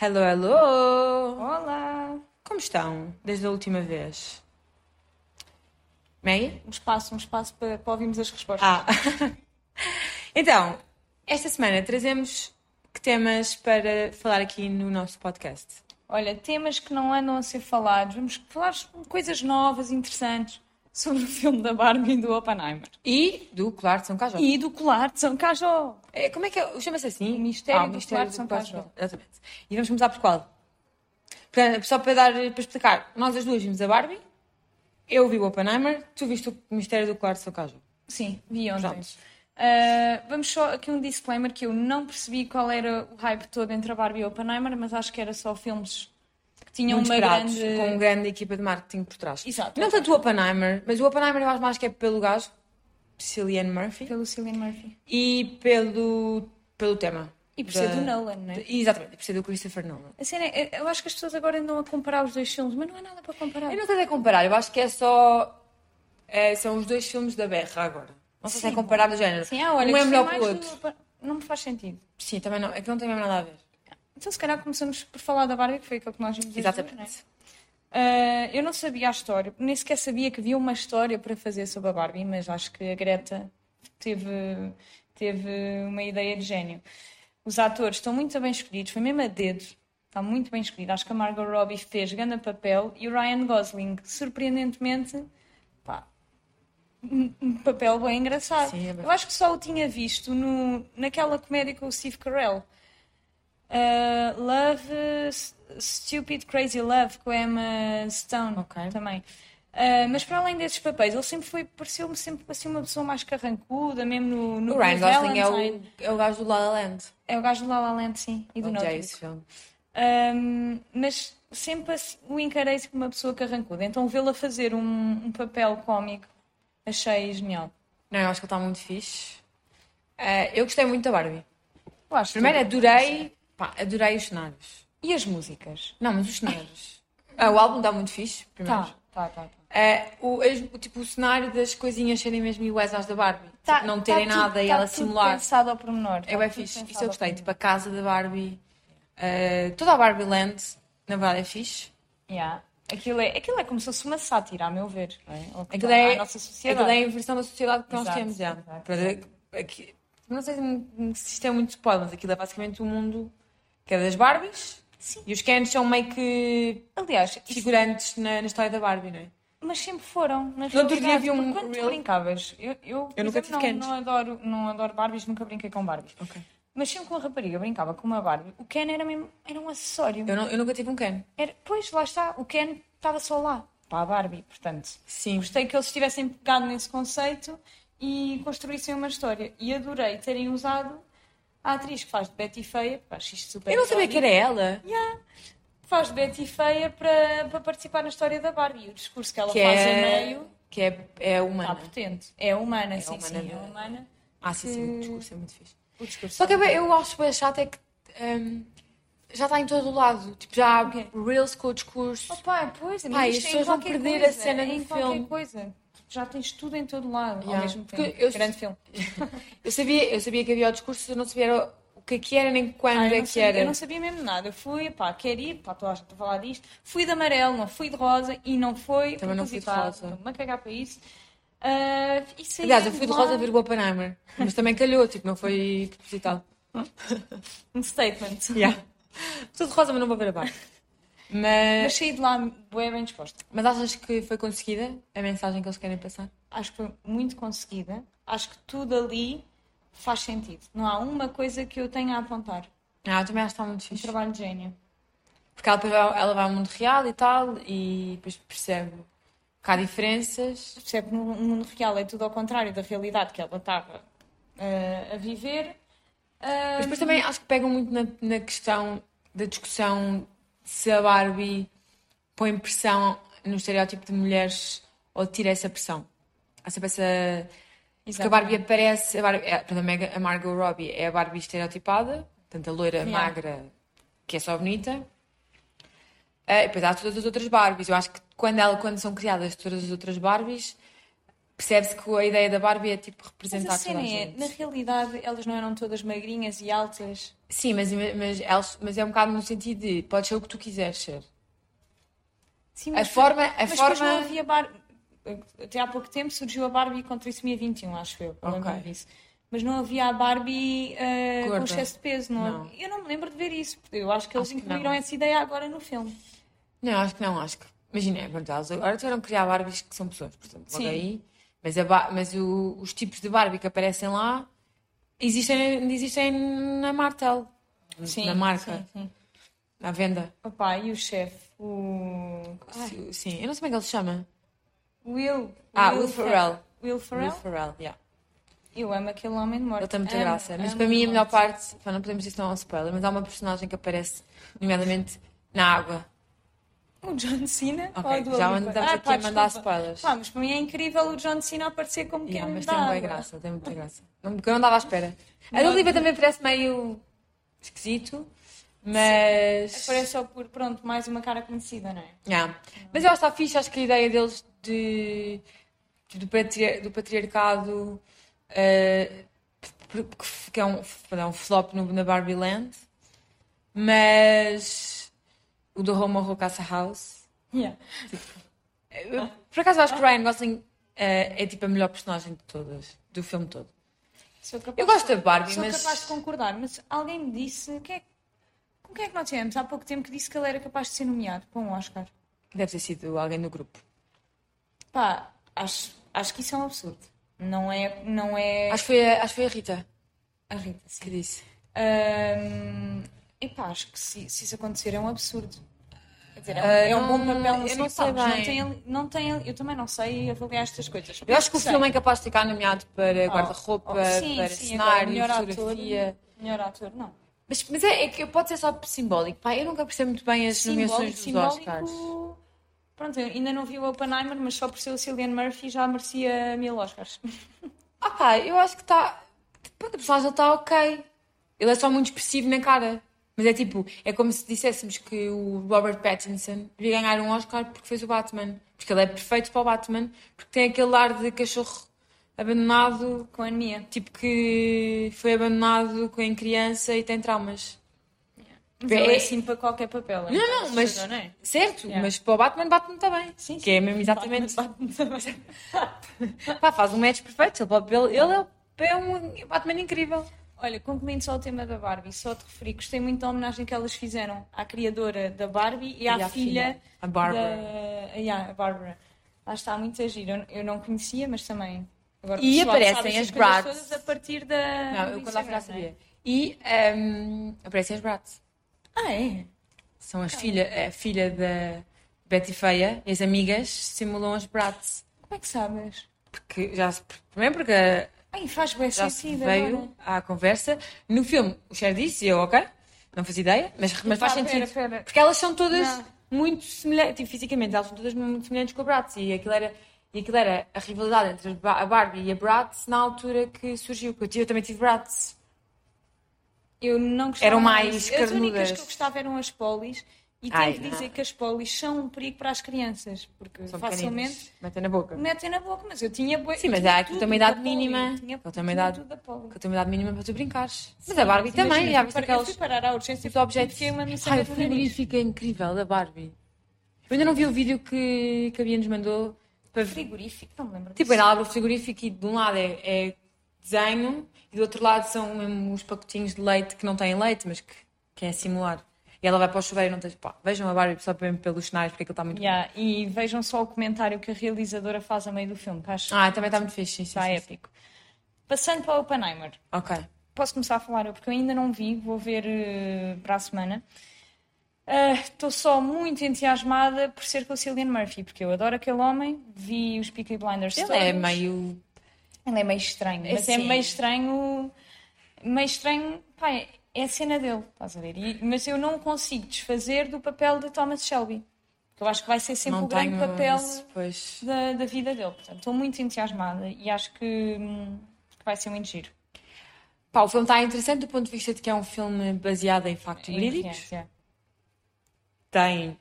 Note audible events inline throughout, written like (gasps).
Hello, hello! Olá! Como estão desde a última vez? May? Um espaço, um espaço para, para ouvirmos as respostas. Ah! (laughs) então, esta semana trazemos que temas para falar aqui no nosso podcast? Olha, temas que não andam a ser falados. Vamos falar sobre coisas novas, interessantes, sobre o filme da Barbie e do Oppenheimer. E do Colar de São Cajó. E do colar de São Cajó. É, Como é que é? Chama-se assim? O Mistério o do Colar de São Cajó. Exatamente. E vamos começar por qual? Portanto, só para, dar, para explicar, nós as duas vimos a Barbie, eu vi o Oppenheimer, tu viste o Mistério do Colar de São Cajó. Sim, vi ontem. Pronto. Ah, vamos só aqui um disclaimer que eu não percebi qual era o hype todo entre a Barbie e o Oppenheimer, mas acho que era só filmes que tinham Muito uma esperados, grande... com uma grande equipa de marketing por trás. Exato. Não tanto o Oppenheimer, mas o Oppenheimer eu acho mais que é pelo gajo, Cillian Murphy, Pelo Cillian Murphy. e pelo, pelo tema. E por ser do Nolan, não é? Exatamente, e por ser do Christopher Nolan. A cena é, eu acho que as pessoas agora andam a comparar os dois filmes, mas não há nada para comparar. Eu não sei se é comparar, eu acho que é só. é, são os dois filmes da berra agora. Não sei se é Sim. comparar do género. Sim, ah, olha, um é gostei melhor que mais o do outro. Oppen- Não me faz sentido. Sim, também não. É que não tem mesmo nada a ver. Então, se calhar, começamos por falar da Barbie, que foi aquilo que nós vimos. as Exatamente. duas, não é? Ah, eu não sabia a história, nem sequer sabia que havia uma história para fazer sobre a Barbie, mas acho que a Greta teve, teve uma ideia de gênio. Os atores estão muito bem escolhidos, foi mesmo a dedo, está muito bem escolhido. Acho que a Margot Robbie fez grande papel e o Ryan Gosling, surpreendentemente, pá, um um papel bem engraçado. Sim, é bem- eu acho que só o tinha visto no, naquela comédia com o Steve Carell. Uh, Love, uh, S- Stupid Crazy Love, com a Emma Stone Ok. também. Uh, mas para além desses papéis, ele sempre foi, pareceu-me sempre assim uma pessoa mais carrancuda, mesmo no, no O Ryan Blue Gosling é Valentine. o, é o gajo do La La Land. É o gajo do La La Land, sim, e do Onde é Notebook. esse filme. Um, mas sempre assim, o encarei como uma pessoa carrancuda. Então vê-la fazer um, um papel cómico achei genial. Não, eu acho que ele está muito fixe. Eh, eu gostei muito da Barbie. Eu acho Primeiro, tudo. adorei. Pá, adorei os cenários. E as músicas? Não, mas os cenários. Ah, o álbum está muito fixe, primeiro. Tá, tá, tá. tá. É, o, as- o tipo, o cenário das coisinhas serem mesmo iguais às da Barbie. Tá- tipo, não tá terem tudo- nada e tá ela tudo simular. pensado ao pormenor. É bem tá tudo fixe. Isso pensado eu ao gostei. Tipo, pormenor. a casa da Barbie. eh, toda a Barbie Land, na verdade, é fixe. Yeah. Aquilo, é, aquilo é como se fosse uma sátira, a meu ver. Não é? Ou Aquilo à- é, à nossa sociedade. aquilo é a inversão da sociedade que nós Exato, temos. Já. exato. Portanto, aqui- não sei se- se isto é muito spoiler, mas aquilo é basicamente o mundo que é das Barbies. Sim. E os Kens são meio que Aliás, tipo isso- figurantes na, na história da Barbie, não é? mas sempre foram. Na No outro dia realidade, vi um porque Quando tu reel- brincavas, eu, eu, por nunca exemplo, tive não, Kens. não adoro, não adoro Barbies, nunca brinquei com Barbies. Mas sempre que uma rapariga brincava com uma Barbie, o Ken era, mesmo, era um acessório. Eu, não- eu nunca tive um Ken. Era- pois, lá está, o Ken estava só lá, para a Barbie, portanto. Sim. Gostei que eles tivessem pegado nesse conceito e construíssem uma história. E adorei terem usado a atriz que faz de Betty Feia, porque acho isto super Eu não sabia exótico, que era ela. faz de Betty Feia para, para participar na história da Barbie. E o discurso que ela que faz é, a meio que é, é humana. está potente. É humana, sim, humana sim, é mesmo. humana. Ah, sim, sim, o discurso é muito fixe. O discurso Só que eu- eu acho bem chato é que hum, já está em todo o lado. Tipo, já há quê? reels com o discurso. Opa, Oh, pois, Pá, as mas isto é em pessoas vão qualquer perder a coisa, cena é do em qualquer filme. coisa. Já tens tudo em todo lado Yeah. ao mesmo Porque tempo. eu- Grande filme. Eu sabia, eu sabia que havia o discurso, eu não sabia era o que é que era nem quando Ah, eu, é não que sabia, era. eu não sabia mesmo nada. Eu fui, pá, quero ir, pá, estou a estou a falar disto. Fui de amarelo, não fui de rosa e não foi. Também não fui de propositado. rosa. Estou-me a cagar para isso. Ah, e saí Aliás, eu fui de lá, rosa ver o Oppenheimer, mas também calhou, tipo, não foi propositado. Um statement. (laughs) Yeah. Estou de rosa, mas não vou ver a (laughs) barra. Mas Mas, saí de lá bué bem disposta. mas achas que foi conseguida a mensagem que eles querem passar? Acho que foi muito conseguida. Acho que tudo ali faz sentido. Não há uma coisa que eu tenha a apontar. Ah, eu também acho que está muito Um fixe. trabalho de gênio. Porque ela, depois vai- ela vai ao mundo real e tal, e depois percebe que há diferenças. percebe que no mundo real é tudo ao contrário da realidade que ela estava ah, a viver. Ah, Mas depois também acho que pegam muito na, na questão da discussão se a Barbie põe pressão no estereótipo de mulheres ou tira essa pressão. Há sempre essa. Porque a Barbie aparece. A, Barbie, é, portanto, a Meg- a Margot Robbie é a Barbie estereotipada, portanto, a loira Yeah. magra que é só bonita. Ah, e depois há todas as outras Barbies. Eu acho que quando, ela, quando são criadas todas as outras Barbies, percebe-se que a ideia da Barbie é tipo Mas representar a toda cena a é, gente. na realidade, elas não eram todas magrinhas e altas. Sim, mas, mas, elas- mas é um bocado no sentido de podes ser o que tu quiseres ser. Sim, A mas- forma. A mas depois forma... não havia Barbie. Até há pouco tempo surgiu a Barbie com trissomia 21, acho eu. eu Ok. lembro-me disso. Mas não havia a Barbie eh, com Gorda. excesso de peso, não. é? Não. Eu não me lembro de ver isso. Eu acho que eles Acho que incluíram não. essa ideia agora no filme. Não, acho que não, acho que. Imagina, pronto, elas agora tiveram que criar Barbies que são pessoas, portanto, logo Sim. aí. Mas, a Ba- mas o- os tipos de Barbie que aparecem lá existem, existem na Martel, Sim, na marca, sim, sim. na venda. Opa, e o chefe? O. Se- Sim, eu não sei como é que ele se chama. Will. Ah, Will Fer- Ferrell. Will Ferrell? Will Ferrell, yeah. Eu amo aquele homem de morte. Ele tem muita Amo, graça. Mas amo para mim a de melhor morte. parte, pá, Ah, não podemos dizer que não é um spoiler, mas há uma personagem que aparece, nomeadamente, na água. O John Cena? Ok, ou a Dua já Lipa? andamos Ah, aqui pá, a mandar desculpa. spoilers. Pá, mas para mim é incrível o John Cena aparecer como que Yeah, é mas tem boa graça, tem muita graça. Não, porque eu não dava à espera. A Dua Lipa também parece meio esquisito, mas. Aparece é só por, pronto, mais uma cara conhecida, não é? Yeah. Mas eu acho que está fixe, acho que a ideia deles de, de- do, patri- do patriarcado, eh, p- p- que f- que é um, f- é um flop no, na Barbie Land, mas o do Home Horror Casa House. Yeah. Eu- Por acaso eu acho que o Ryan Gosling eh, é tipo a melhor personagem de todas, do filme todo. Sou capaz, Eu gosto da Barbie, sou mas. capaz de concordar, mas alguém me disse que é, com quem é que nós tivemos há pouco tempo que disse que ele era capaz de ser nomeado para um Oscar. Deve ter sido alguém do grupo. Pá, acho, acho que isso é um absurdo. Não é, não é Acho que foi a, acho que foi a Rita a Rita. sim. que disse. Ahm, hum, epá, acho que se, se isso acontecer é um absurdo. Quer dizer, é um, Ah, é um não- bom papel. eu assim, não pá, sei mas bem. Não tem, não tem, eu também não sei avaliar estas coisas. Eu acho que o filme é capaz de ficar nomeado para guarda-roupa, oh, sim, para sim, agora, cenário, melhor ator. fotografia. Melhor ator, não. Mas, mas é, é que pode ser só simbólico. Pá, eu nunca percebo muito bem as nomeações dos Oscars. Pronto, eu ainda não vi o Oppenheimer, mas só por ser o Cillian Murphy já merecia mil Oscars. Ah pá, eu acho que está... O personagem está ok. Ele é só muito expressivo na cara. Mas é tipo, é como se disséssemos que o Robert Pattinson devia ganhar um Oscar porque fez o Batman. Porque ele é perfeito para o Batman. Porque tem aquele ar de cachorro abandonado Com anemia. tipo que foi abandonado com- em criança e tem traumas. Mas Bem, ele é é- assim para qualquer papel. Não, não, mas é? certo, Yeah. mas para o Batman bate-me também. Sim, tá que é mesmo exatamente. (laughs) Pá, faz um match perfeito. Ele, pode- ele- ele é, o- é um Batman incrível. (laughs) Olha, concluindo só o tema da Barbie, só te referi, gostei muito da homenagem que elas fizeram à criadora da Barbie e à filha, a Barbara. da yeah, a Bárbara. Lá está muito a giro. Eu, eu não conhecia, mas também. Agora, E o pessoal sabe aparecem essas as coisas brats. todas a partir da. Não, do eu quando lá fui lá Instagram, não é? sabia. E ehm, aparecem as Bratz. Ah, é? São as filha, a filha da Betty Feia e as amigas simulam as Bratz. Como é que sabes? Porque já se. Primeiro porque a- Ai, faz bem já se sentido veio agora. à conversa. No filme, o Cher disse, e eu, ok, não faço ideia, mas, mas faz Ah, pera, sentido. pera. Porque elas são todas Não. muito semelhantes, tipo, fisicamente, elas são todas muito semelhantes com a Bratz. E aquilo era, e aquilo era a rivalidade entre a Ba- a Barbie e a Bratz na altura que surgiu. Porque eu tive- eu também tive Bratz. Eu não gostava. Eram mais disso. As carnudas. únicas que eu gostava eram as polis. E tenho Ai, que não. dizer que as polis são um perigo para as crianças, porque São facilmente pequeninas. Metem na boca. metem na boca, mas eu tinha boi. Sim, mas tinha há aqui tudo também idade da Poli, mínima. Tinha, Eu também também tinha idade- tudo da Poli. Que eu tenho idade mínima para tu brincares. Mas a Barbie também, Imagina, já eu viste par- Eu aqueles fui parar à urgência os objetos. Fiquei uma missão Ai, o frigorífico é incrível da Barbie. Eu ainda não vi o vídeo que, que a Bia nos mandou para ver. frigorífico, não me lembro. Tipo, ela abre o frigorífico e de um lado é, é desenho e do outro lado são mesmo os pacotinhos de leite que não têm leite, mas que quem é simular. E ela vai para o chuveiro e não tem. Pá, vejam a Barbie só mesmo pelos sinais, porque aquilo está muito. Yeah, e vejam só o comentário que a realizadora faz a meio do filme, que acho Ah, também está muito fixe. Sim, sim, que está sim. épico. Passando para o Oppenheimer. Ok. Posso começar a falar eu, porque eu ainda não vi, vou ver eh, para a semana. Ah, Estou só muito entusiasmada por ser com o Cillian Murphy, porque eu adoro aquele homem, vi os Peaky Blinders Ele todos. é meio. Ele é meio estranho, É mas é sim. meio estranho. Meio estranho, pá, é é a cena dele, estás a ver? E- mas eu não consigo desfazer do papel de Thomas Shelby, que eu acho que vai ser sempre não o tipo um grande tenho papel isso, pois. da, da vida dele. Portanto, estou muito entusiasmada e acho que, hum, que vai ser muito giro. Pá, o filme está interessante do ponto de vista de que é um filme baseado em factos verídicos. Influência. Tem.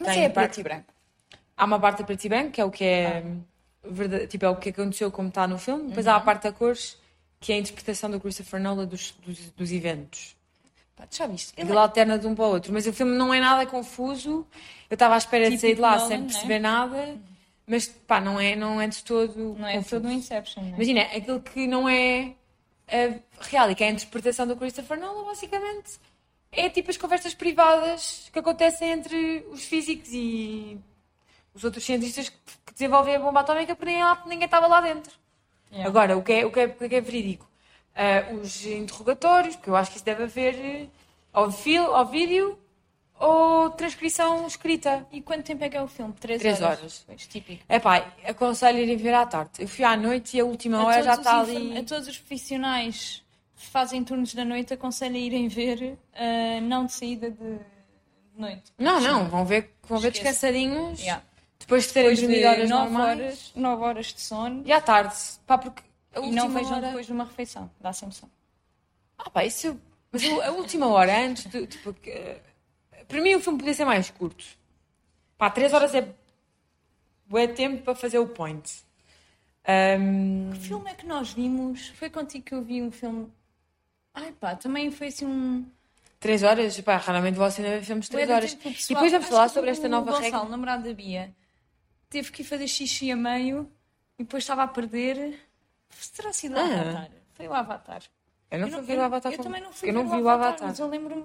Mas tem é parte- preto e branco. Há uma parte a preto e branco, que é o que é. verda- tipo, é o que aconteceu como está no filme. Depois há a parte da cores, que é a interpretação do Christopher Nolan dos, dos, dos eventos. Pá, tu já viste? Ele alterna de um para o outro. Mas o filme não é nada confuso. Eu estava à espera de Típico sair de lá Nolan, sem né? perceber nada. Mas, pá, não é, Uhum. não é de todo Não é confuso. tudo um Inception, não é? Imagina, aquilo que não é eh, real e que é a interpretação do Christopher Nolan, basicamente, é tipo as conversas privadas que acontecem entre os físicos e os outros cientistas que que desenvolvem a bomba atómica porque ninguém, lá- ninguém estava lá dentro. Yeah. Agora, o que é, o que é, o que é verídico? Eh, os interrogatórios, porque eu acho que isso deve haver eh, ou, fil, ou vídeo ou transcrição escrita. E quanto tempo é que é o filme? Três, Três horas. horas. Pois, típico. Epá, aconselho irem ver à tarde. Eu fui à noite e a última A hora todos, já os está infor- ali. a todos os profissionais que fazem turnos da noite, aconselho a irem ver, ah, não de saída de de noite. Não, não, vão ver, vão ver Esqueça. descansadinhos. Yeah. Depois de terem Depois dormido de horas nove normais. horas, nove horas de sono. E à tarde. Pá, porque a E última não vejam hora... depois de uma refeição, dá sempre sono. Ah pá, isso... Mas o- a última hora, antes de... Tipo, que, eh, Para mim o filme podia ser mais curto. Pá, três horas é... É tempo para fazer o point. Ahm, Que filme é que nós vimos? Foi contigo que eu vi um filme. Ai pá, também foi assim um. três horas, pá, raramente vou ao cinema ver filmes de três Bué de horas. tempo, E tipo, pessoal. depois vamos Acho falar que sobre esta o nova Gonçalo, regra. namorado da Bia, teve que ir fazer xixi a meio e depois estava a perder. Terá sido o Ah. Avatar. Foi o Avatar. Eu não Eu fui não- ver o eu- Avatar. Eu com- também não fui eu ver não vi o o Avatar. Mas eu lembro-me.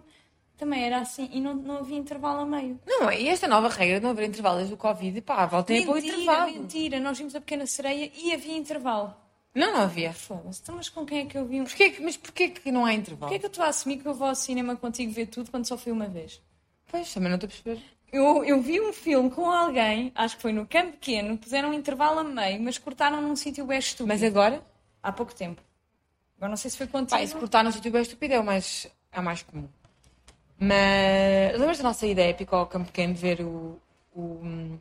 Também era assim e não, não havia intervalo a meio. Não, e esta nova regra de não haver intervalos do Covid, pá, voltei para o mentira, intervalo. mentira. Nós vimos a pequena sereia e havia intervalo. Não, não havia. Foda-se. Então, mas com quem é que eu vi um. Porquê que- mas porquê que não há intervalo? Porquê é que eu estou a assumir que eu vou ao cinema contigo ver tudo quando só fui uma vez? Pois, também não estou a perceber. Eu, eu vi um filme com alguém, acho que foi no Campo Pequeno, puseram um intervalo a meio, mas cortaram num sítio bem estúpido. Mas agora? Há pouco tempo. Agora não sei se foi contigo. Pá, e se cortar no sítio bem estúpido é o mais, é o mais comum. Mas lembras da nossa ideia épica ao Campo Pequeno de ver o, o, hum,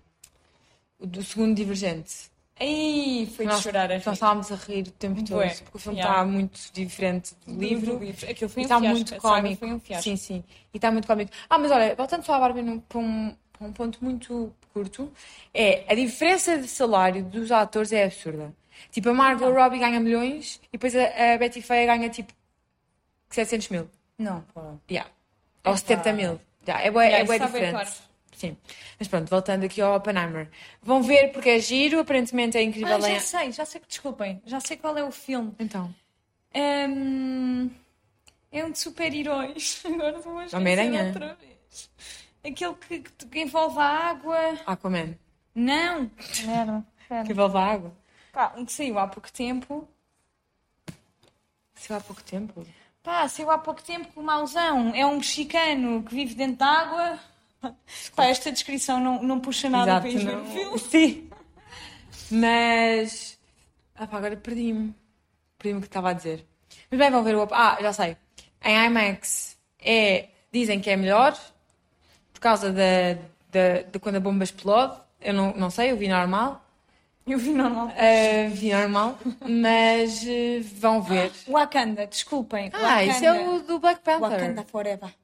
o do segundo Divergente? Ai, foi de Nós- chorar a Nós estávamos a rir o tempo todo, Bué, porque o filme está yeah. muito diferente do livro. livro. Aquilo E foi um está fiasco. muito a saga cómico. Foi um fiasco. Sim, sim. E está muito cómico. Ah, mas olha, voltando só à Barbie num, para, um, para um ponto muito curto, é a diferença de salário dos atores é absurda. Tipo, a Margot Robbie ganha milhões e depois a, a Betty Faye ganha tipo 700 mil. Não, pá. Yeah. Ou Epá. 70 mil. Yeah, é bué, Yeah, é bué isso tá bem diferente. claro. Sim. Mas pronto, voltando aqui ao Oppenheimer. Vão ver porque é giro, aparentemente é incrível. Ah, já em- sei, já sei que desculpem. Já sei qual é o filme. Então, Hum, é um de super-heróis. (laughs) Agora estou a esquecer Homem-Aranha? outra vez. Aquele que, que te- que envolve a água. Aquaman. Não! Não, Que envolve a água. Pá, um que saiu há pouco tempo. Se há pouco tempo. Pá, saiu há pouco tempo que o mauzão é um mexicano que vive dentro da água. Pá, esta descrição não, não puxa nada para ir ver o filme. (laughs) (laughs) Sim. Mas. Ah, pá, agora perdi-me. Perdi-me o que estava a dizer. Mas bem, vão ver o. op- Ah, já sei. Em IMAX é... dizem que é melhor por causa da, da, de quando a bomba explode. Eu não, não sei, eu vi normal. Eu vi normal. Ah, vi (laughs) normal. Mas eh, vão ver. (gasps) Wakanda, desculpem. Ah, isso é o do Black Wakanda Panther. Forever.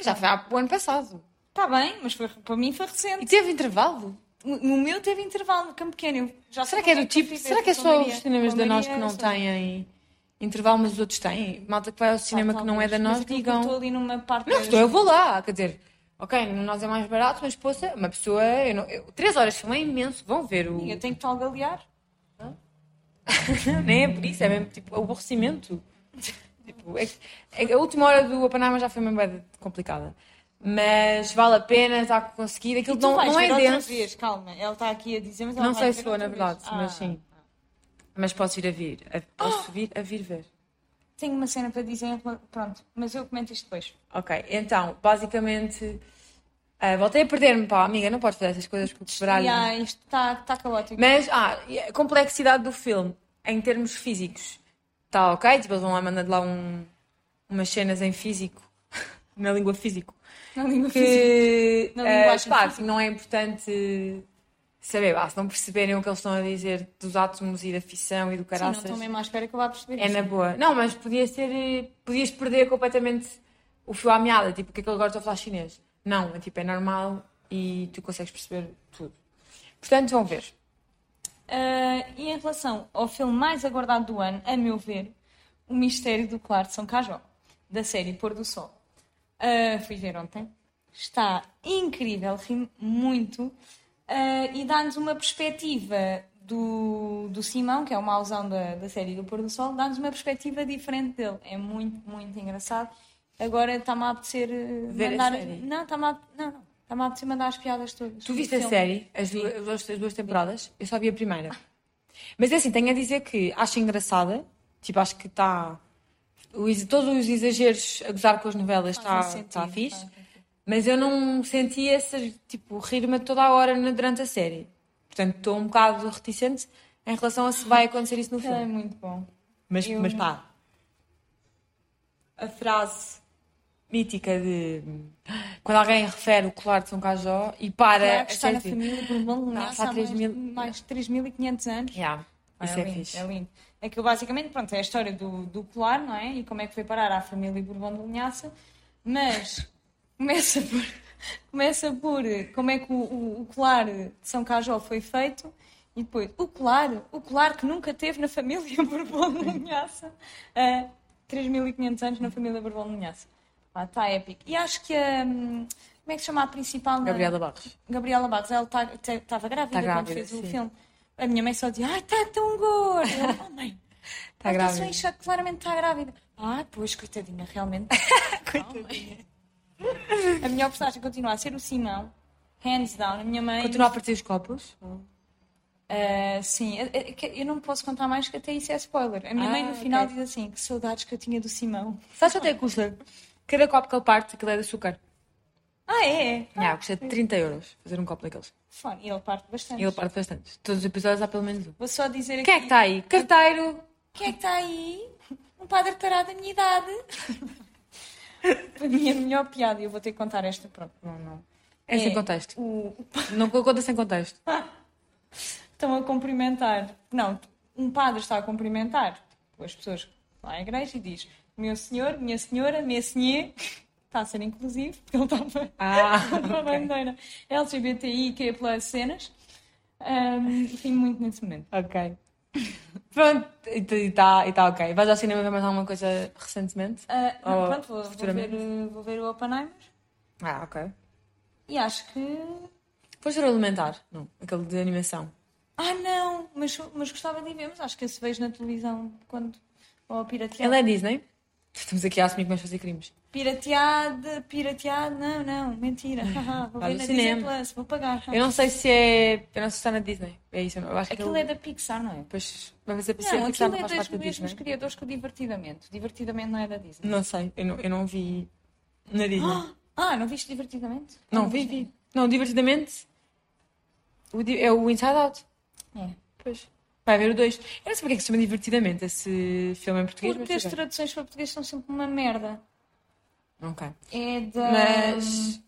Já foi há- o ano passado. Está bem, mas foi, para mim foi recente. E teve intervalo? No meu teve intervalo no campo pequeno. Eu Já Será sei que é como do tipo? fui ver, Será que é com a só Maria- os cinemas com a da nós Maria, que não sei lá. têm intervalo, mas os outros têm? Malta que vai ao cinema que não é da Mas nós, aquilo digam. cortou ali numa parte. Não, estou, eu vou lá. Quer dizer, ok, no nós é mais barato, mas poça, uma pessoa. Eu não, eu- três horas são é imenso, vão ver o. Eu tenho que talgalear. Nem é por isso, é mesmo tipo o aborrecimento. (laughs) Tipo, é, que- é que a última hora do Oppenheimer já foi uma boeda complicada. Mas vale a pena, está conseguido. Aquilo Tu não, vais não é ver outra denso. vez, calma. Ela está aqui a dizer, mas ela Não vai sei ver se vou, outra na vez. verdade, Ah. mas sim. Mas posso vir a vir. a- posso vir a vir ver. Tenho uma cena para dizer, pronto, mas eu comento isto depois. Ok, então, basicamente. ah, voltei a perder-me, pá, amiga, não podes fazer essas coisas porque quebrar Ya, isto está tá caótico. Mas, ah, e a complexidade do filme, em termos físicos, está ok? Tipo, eles vão lá mandando lá um, umas cenas em físico, (laughs) na língua físico. Na língua física. Que, Na ah, linguagem claro, física. não é importante saber, ah, se não perceberem o que eles estão a dizer dos átomos e da fissão e do Sim, não caraças. estou mesmo à espera que eu vá perceber É isto. na boa. Não, mas podia ser. eh, Podias perder completamente o fio à meada. Tipo, o que é que eu agora estou a falar chinês? Não, é tipo, é normal e tu consegues perceber tudo. Portanto, vão ver. Ah, Ah, e em relação ao filme mais aguardado do ano, a meu ver, O Mistério do Claro de São Cajó, da série Pôr do Sol. Ah, fui ver ontem. Está incrível, ri muito. Ah, e dá-nos uma perspectiva do, do Simão, que é o mauzão da, da série do Pôr do Sol, dá-nos uma perspectiva diferente dele. É muito, muito engraçado. Agora está-me a apetecer eh, Ver a mandar. série? Não, está-me a... Não, não. Está-me a apetecer mandar as piadas todas. Tu do viste a filme. série, as duas, as duas- as duas temporadas? Eu só vi a primeira. Mas é assim, tenho a dizer que acho engraçada. Tipo, acho que está. o ex- Todos os exageros a gozar com as novelas está Fazem tá um sentido, fixe. fazem Mas eu não senti esse, tipo, rir-me toda a hora na- durante a série. Portanto, estou um bocado reticente em relação a se vai acontecer isso no É filme. muito bom. Mas, eu- mas pá. A frase mítica de. Quando alguém refere o colar de São Cajó e para. Para estar a na série. família por uma há linhaça há assim, três mais, mil- mais de 3.500 anos. Yeah, Ah, isso é, é, lindo, fixe. é lindo. Aquilo basicamente, pronto, é a história do, do colar, não é? E como é que foi parar à família Bourbon de Linhaça. Mas (laughs) começa por, começa por como é que o, o- o colar de São Cajó foi feito e depois o colar, o colar que nunca teve na família (laughs) Bourbon de Linhaça. Ah, 3.500 anos na família Bourbon de Linhaça. Pá, está épico. E acho que a... hum, Como é que se chama a principal? na- Gabriela Barros. Gabriela Barros, ela estava grávida, Tá grávida, quando fez o sim. filme. A minha mãe só dizia, ai, está tão gorda. Eu, oh, mãe, (laughs) Tá ela grávida." só em choque, claramente está grávida. Ah, pois, coitadinha, (laughs) realmente. coitadinha. a minha personagem continua a ser o Simão, hands down. A minha mãe... Continua a partir os copos. Ah, sim, eu- eu- que- eu não posso contar mais que até isso é spoiler. A minha Ah, mãe no ok. final diz assim, que saudades que eu tinha do Simão. Sabes quanto é que custa? Cada copo que ele parte, aquilo é de açúcar. Ah, é? Ah, custa 30 euros fazer um copo daqueles. Fone, e ele parte bastante. E ele parte bastante. Todos os episódios há pelo menos um. Vou só dizer aqui... Quem é que está aí? Carteiro! Quem é que está aí? Um padre tarado da minha idade. a minha melhor piada, e eu vou ter que contar esta, pronto, não, não. É sem contexto. O, o pa- Não conta sem (laughs) contexto. estão a cumprimentar. Não, um padre está a cumprimentar as pessoas lá à igreja e diz: Meu senhor, minha senhora, meu senhor. Está a ser inclusivo, porque ele estava Ah, com a bandeira LGBTI, que é pelas cenas. Ahm, ri muito nesse momento. ok. Pronto, e está tá ok. Vais ao cinema ver mais alguma coisa recentemente? Ah, não, Oh, pronto, vou, vou ver, futuramente. eh, vou ver o Oppenheimer Ah, ok. e acho que Depois ver o Elementar. Não, aquele de animação. Ah, não! Mas, mas gostava de ir ver, mas acho que esse vejo na televisão quando. Ou a pirateada. Ele é Disney. Estamos aqui a assumir que vamos fazer crimes. Pirateada, pirateada, não, não, mentira. Haha, vou Vai ver no na cinema. Disney Plus, vou pagar. Eu não sei se é. Eu não sei se está na Disney. É isso, eu acho que Aquilo é da Pixar, não é? Depois vai fazer para Não, ser aquilo não é faz dos parte da mesmos Disney. criadores que o Divertidamente. Divertidamente não é da Disney. Não sei, eu não, eu não vi na Disney. (gasps) Ah, não viste Divertidamente? não, vi, vi. Não, divertidamente. o di- é o Inside Out. É. Pois. Vai ver o 2. Eu não sei porque é que se chama divertidamente esse filme em português. Porque mas as tudo traduções para português são sempre uma merda. bem. Ok. É da. Mas.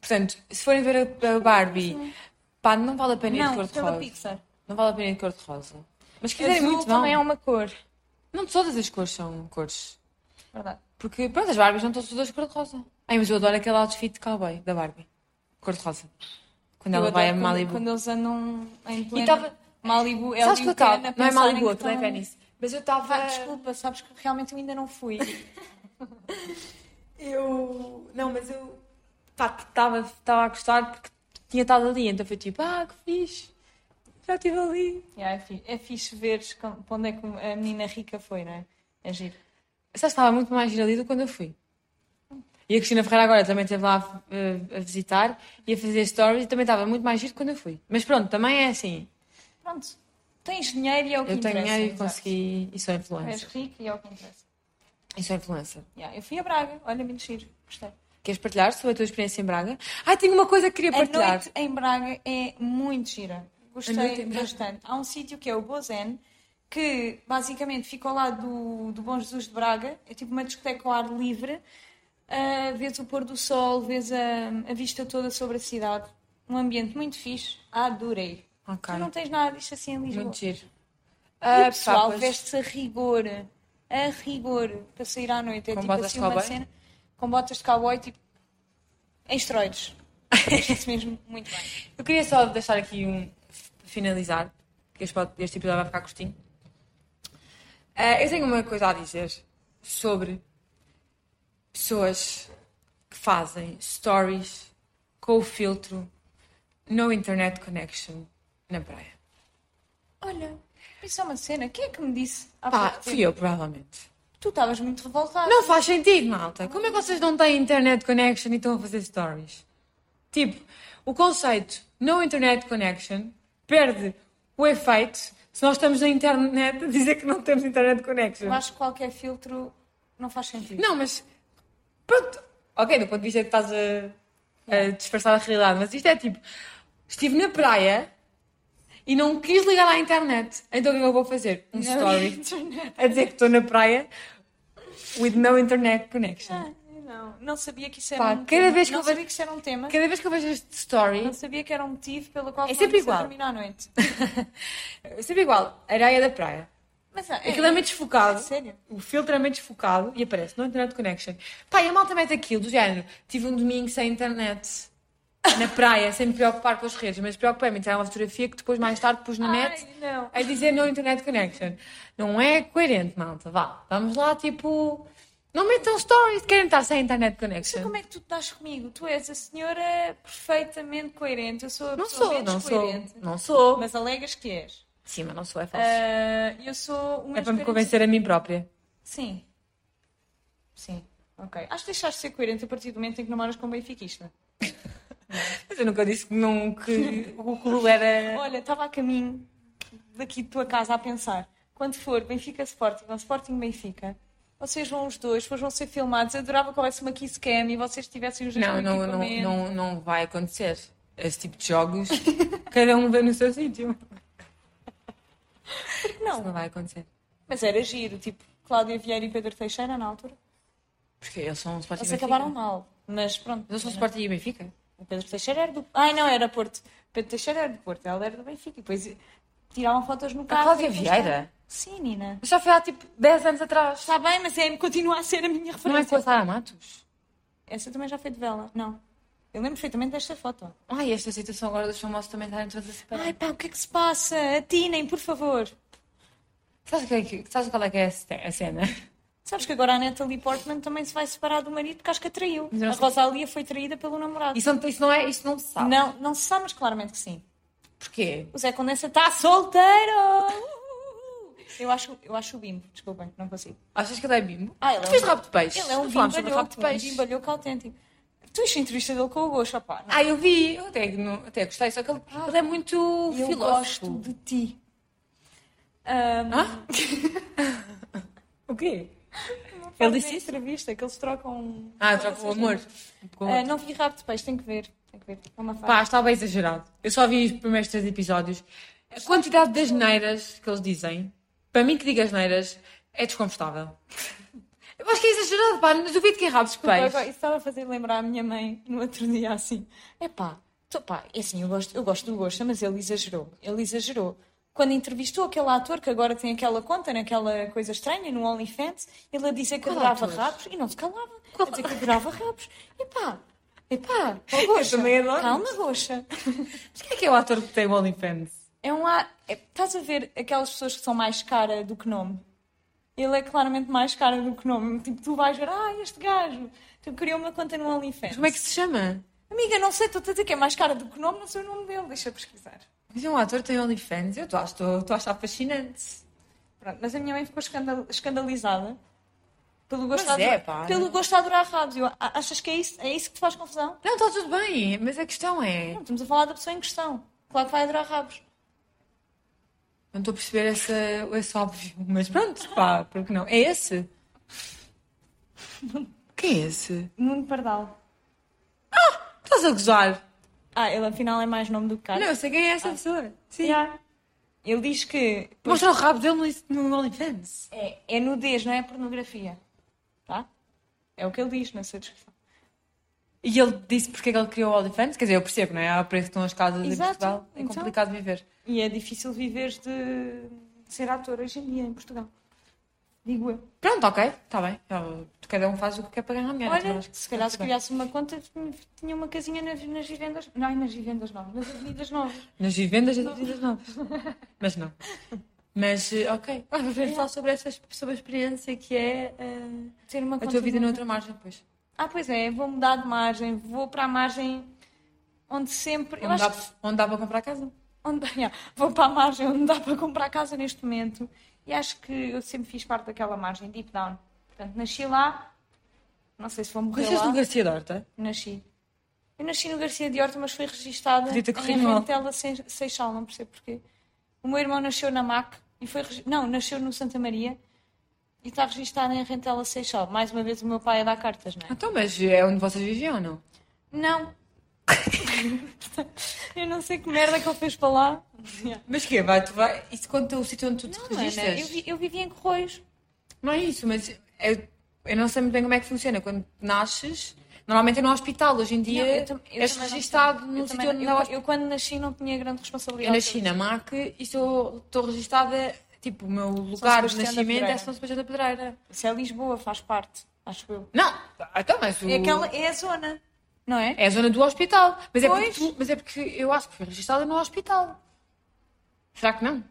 Portanto, se forem ver a, a Barbie, pá, não vale a pena ir de Não, pela cor-de-rosa. Pixar. Não vale a pena ir de cor-de-rosa. Mas se quiserem Azul muito, vão. também é uma cor. Não todas as cores são cores. Verdade. Porque, pronto, as Barbies não estão todas cor-de-rosa. Ai, mas eu adoro aquele outfit de cowboy da Barbie. Cor-de-rosa. Quando ela Eu vai a adoro quando- Malibu. Quando eles andam em plena... tava- Malibu, Sabes Hélio que eu Terra, estava? Não é pensarem Malibu, que aquilo é estão- Venice. Mas eu estava... Ah, desculpa, sabes que realmente eu ainda não fui. Eu... Não, mas eu... Estava a gostar porque tinha estado ali. Então foi tipo, ah, que fixe. Já estive ali. Yeah, é, fixe, é fixe veres com- para onde é que a menina rica foi, não é? É giro. Só estava muito mais gira ali do que quando eu fui. E a Cristina Ferreira agora também esteve lá eh, a visitar e a fazer stories e também estava muito mais gira do que quando eu fui. Mas pronto, também é assim. Pronto. Tens dinheiro e é o que Eu tenho interessa. dinheiro e exato. consegui... E sou És influencer. rico e é o que interessa. É. E sou influencer. Yeah, eu fui a Braga, olha, muito giro, gostei. Queres partilhar sobre a tua experiência em Braga? Ah, tenho uma coisa que queria A partilhar. É noite em Braga é muito gira. A noite Gostei em Braga. bastante. Há um sítio que é o Bozen, que basicamente fica ao lado do, do Bom Jesus de Braga. É tipo uma discoteca ao ar livre. Ah, vês o pôr do sol, vês a, a vista toda sobre a cidade. Um ambiente muito fixe. Adorei. Ok. Tu não tens nada disto assim em Lisboa. Muito giro. E Ah, o pessoal papas. veste-se a rigor, a rigor, para sair à noite. É Com tipo botas assim de uma cowboy? cena com botas de cowboy, tipo (laughs) em esteroides. Veste-se mesmo muito bem. Eu queria só deixar aqui um, finalizar, porque este, pod- este episódio vai ficar curtinho. Ah, eu tenho uma coisa a dizer sobre pessoas que fazem stories com o filtro no internet connection na praia. Olha, isso é uma cena. Quem é que me disse? há Pá, pouco fui tempo? eu, provavelmente. Tu estavas muito revoltada. Não faz sentido, malta. Como é que vocês não têm internet connection e estão a fazer stories? Tipo, o conceito no internet connection perde o efeito se nós estamos na internet a dizer que não temos internet connection. Eu acho que qualquer filtro não faz sentido. Não, mas pronto. Ok, do ponto de vista que estás a, a disfarçar a realidade, mas isto é tipo: estive na praia e não quis ligar à internet. Então o que é que eu vou fazer? Um story a dizer que estou na praia with no internet connection. Ah, não, não sabia que isso era Pá, um cada tema. vez que não eu sabia vejo- que isso era um tema. Cada vez que eu vejo este story, Não sabia que era um motivo pelo qual É não sempre me deixa igual. dormir à noite. é sempre igual: areia da praia. Mas ah, é, Aquilo é meio é desfocado. sério. O filtro é meio desfocado e aparece no Internet Connection. Pá, e a malta mete aquilo do género. Tive um domingo sem internet. Na praia, sem me preocupar com as redes, mas preocupei-me em tirar uma fotografia que depois, mais tarde, pus na net Ai, não. a dizer no Internet Connection. Não é coerente, malta. Vá, vamos lá, tipo. Não metam stories, querem estar sem Internet Tu Connection. como é que tu estás comigo? Tu és a senhora perfeitamente coerente. Eu sou a Não pessoa sou, menos não sou. coerente. Não sou. Mas alegas que és. Sim, mas não sou, é falso. Ah, eu sou uma é para me esperança- convencer a mim própria. Sim. Sim. Ok. Acho que deixaste de ser coerente a partir do momento em que namoras com um benfiquista. Mas eu nunca disse que, não, (laughs) que o clube era. Olha, estava a caminho daqui de tua casa a pensar. Quando for Benfica Sporting ou Sporting Benfica, vocês vão os dois, vocês vão ser filmados. Eu adorava que houvesse uma kiss cam e vocês tivessem os dois Não, com não, não, equipamento. não, não vai acontecer. Esse tipo de jogos, cada um vê no seu sítio. Isso Não, não vai acontecer. mas era giro, tipo Cláudia Vieira e Pedro Teixeira na altura. Porque eles são um Sporting Eles e Benfica. acabaram mal, mas pronto. Eles são um Sporting e Benfica. O Pedro Teixeira era do. Ai, não, era Porto. O Pedro Teixeira era do Porto, ela era do Benfica. E depois tiravam fotos no carro. A Cláudia e depois- Tá tá- Vieira? Sim, Nina. Mas já foi há tipo 10 anos atrás. Está bem, mas é, continua a ser a minha Não é referência. com a Sara Matos? Essa também já foi de vela, não. Eu lembro perfeitamente desta foto. Ai, esta situação agora dos famosos também tá estarem todos a separar. Ai pá, o que é que se passa? Atinem, por favor. Sabes, o que é que- sabes qual é que é a ce- a cena? Sabes que agora a Natalie Portman também se vai separar do marido porque acho que a traiu. Mas eu A não sei- Rosalia foi traída pelo namorado. Isso, não- isso não é, isso não se sabe. Não, não se sabe, mas claramente que sim. Porquê? O Zé Condensa está solteiro! Eu acho, eu acho o bimbo, desculpem, não consigo. Achas que ele é bimbo? Ah, ele tu é fez um- rabo de peixe. Ele é um Não falámos sobre rabo bimbalhoco, de um peixe. bimbalhoco autêntico. Tu viste a entrevista dele com o Gosto, opá. Ah, eu vi. Eu até, não- até gostei, só que ele, ele é muito Ah. Eu filósofo. gosto de ti. Ahm, Hã? o quê? É Ele disse disse isso? entrevista, que eles trocam. Ah, troca o amor. Com o Ah, outro. não vi rabo de peixe, tenho que ver. Tenho que ver. É uma fase. Pá, estava exagerado. Eu só vi os primeiros três episódios. A quantidade das neiras que eles dizem, para mim que diga as neiras, é desconfortável. (laughs) Eu acho que é exagerado, pá. Duvido que é rabo de Desculpa, agora, peixe. isso estava a fazer lembrar a minha mãe no outro dia assim. É pá, tô, pá, é assim, eu gosto, eu gosto do Gosta, mas ele exagerou. Ele exagerou. Quando entrevistou aquele ator que agora tem aquela conta naquela coisa estranha no OnlyFans, ele a dizer que Qual adorava ator? rabos e não se calava. Qual- A dizer que adorava rabos. É pá, é pá, ó, Gosta. também adoro. Calma, Gosta. Mas quem é que é o ator que tem o OnlyFans? É um a... é- Estás a ver aquelas pessoas que são mais cara do que nome? Ele é claramente mais cara do que nome. Tipo, tu vais ver, ah, este gajo, tu criou uma conta no OnlyFans. Mas como é que se chama? Amiga, não sei, estou-te a dizer que é mais cara do que nome, não sei o nome dele, deixa eu pesquisar. Mas é um ator que tem OnlyFans. Eu estou a- estou estou a achar fascinante. Pronto, mas a minha mãe ficou escandal- escandalizada pelo gosto Mas de é, adorar, pá. pelo gosto de adorar rabos. Eu, "A- achas que é isso, é isso que te faz confusão? Não, está tudo bem, mas a questão é. Não, estamos a falar da pessoa em questão. Claro que vai adorar rabos. Não estou a perceber esse, esse óbvio, mas pronto, pá, porque não? É esse? Quem é esse? Nuno Pardal. Estás a gozar? Ah, ele afinal é mais nome do que cara. Não, eu sei quem é essa pessoa. Sim. Yeah. Ele diz que Mostra o rabo dele no no OnlyFans. É, é nudez, não é pornografia. Tá? É o que ele diz nessa descrição. E ele disse porque é que ele criou o OnlyFans. Quer dizer, eu percebo, não é? Há preço que estão as casas em Exato, Portugal. É então. complicado viver. E é difícil viveres de ser ator hoje em dia em Portugal. Digo eu. Pronto, ok, está bem. Eu- Cada um faz o que quer para ganhar dinheiro. então Olha, acho que se calhar está se tudo bem. criasse uma conta, tinha uma casinha nas, nas vivendas. Não, nas vivendas não, nas avenidas novas. Nas vivendas das vidas (laughs) novas. Mas não. Mas, eh, ok. Ah, Vamos falar sobre, essa, sobre a experiência que é eh, Ter uma a conta tua vida numa- noutra margem, pois. Ah, pois é, vou mudar de margem, vou para a margem onde sempre. eu Onde acho dá, que onde dá para comprar casa. onde, (laughs) yeah, vou para a margem onde dá para comprar casa neste momento. E acho que eu sempre fiz parte daquela margem, deep down. Portanto, nasci lá, não sei se vou morrer Conheces lá. no Garcia de tá? Horta? Nasci. Eu nasci no Garcia de Horta, mas fui registada Podia ter corrido em mal. Rentela, Sem- Seixal, não percebo porquê. O meu irmão nasceu na MAC e foi... regi- Não, nasceu no Santa Maria e está registada em Rentela, Seixal. Mais uma vez o meu pai a dar cartas, não é? Então, mas é onde vocês viviam ou não? Não. (laughs) eu não sei que merda que ele fez para lá. Mas que vai, tu vai. Isso conta o sítio onde tu te Não, Ana, registras. eu, vi, eu vivia em Corroios. Não é isso, mas eu, eu não sei muito bem como é que funciona. Quando nasces, normalmente é no hospital. Hoje em dia Não, eu tam- eu é? és também não registado sei. num Eu sítio também onde não- não eu, eu quando nasci não tinha grande Eu responsabilidade. nasci na MAC e sou- estou registada. Tipo, o meu lugar de Sebastião da nascimento é Pedreira. São Sebastião da Pedreira. Isso é Lisboa, faz parte, acho eu. Não, então, mas o... É, aquela, é a zona, não é? é a zona do hospital. Mas é, porque Pois. tu- mas é porque eu acho que fui registada no hospital. Será que não?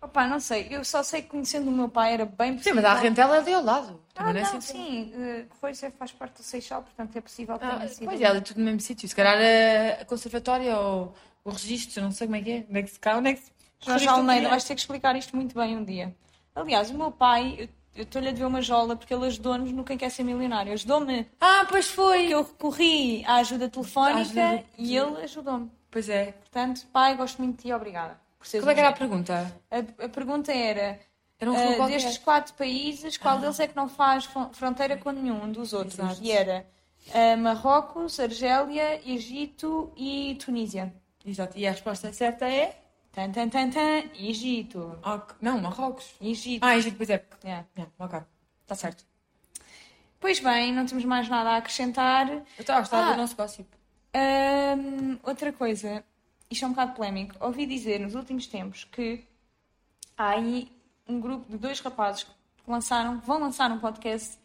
Opa, não sei. Eu só sei que conhecendo o meu pai era bem Sim, possível. mas a rentela é ali ao lado. Ah, Também é não, assim tão- sim. eh, Corroios é- faz parte do Seixal, portanto é possível que Ah, tenha sido. pois é, ali tudo no mesmo sítio. Se calhar a, a conservatória ou o registro, não sei como é que é. Onde é que se cá, onde é que se- Jorge registro Almeida, onde é? vais ter que explicar isto muito bem um dia. Aliás, o meu pai, eu- eu estou-lhe a dever uma jola porque ele ajudou-nos no Quem Quer Ser Milionário. Ajudou-me. Ah, pois foi. Eu recorri à ajuda telefónica À ajuda- e ele ajudou-me. Pois é. Portanto, pai, gosto muito de ti, obrigada. Por seres Como é que era a um pergunta? gênio. a, a pergunta era: Era um ah, filme qualquer. Ah. destes quatro países, qual deles é que não faz fron- fronteira com nenhum dos outros? Exato. E era ah, Marrocos, Argélia, Egito e Tunísia. Exato. E a resposta certa é... Tan, tan, tan, tan, Egito. Ah, que- não, Marrocos. Egito. Ah, Egito, pois é. Yeah. Yeah, ok. Está certo. Pois bem, não temos mais nada a acrescentar. Eu estava a gostar Ah. do nosso gossip. Ahm, outra coisa, isto é um bocado polémico. Ouvi dizer nos últimos tempos que há aí um grupo de dois rapazes que lançaram, vão lançar um podcast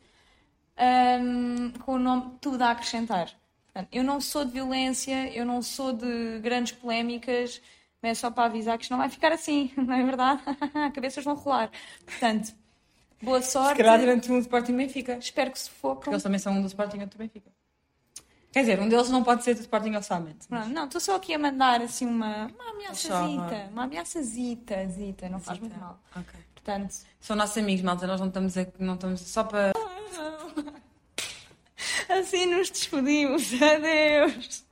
ahm, com o nome Tudo a Acrescentar. Portanto, eu não sou de violência, eu não sou de grandes polémicas, mas é só para avisar que isto não vai ficar assim, (laughs) não é verdade? Cabeças vão rolar. Portanto, boa Se sorte. calhar durante um Sporting Benfica. Espero que se Porque focam. eles também são um do Sporting e outro do Benfica. Quer dizer, um deles não pode ser do Sporting, obviamente. Pronto, não, estou só aqui a mandar assim uma, uma Só ameaçazita, uma- uma ameaçazita, zita, não faz Zita. muito mal. Ok. Portanto, São nossos amigos, malta. Nós não estamos, a, não estamos só para... assim nos despedimos, adeus.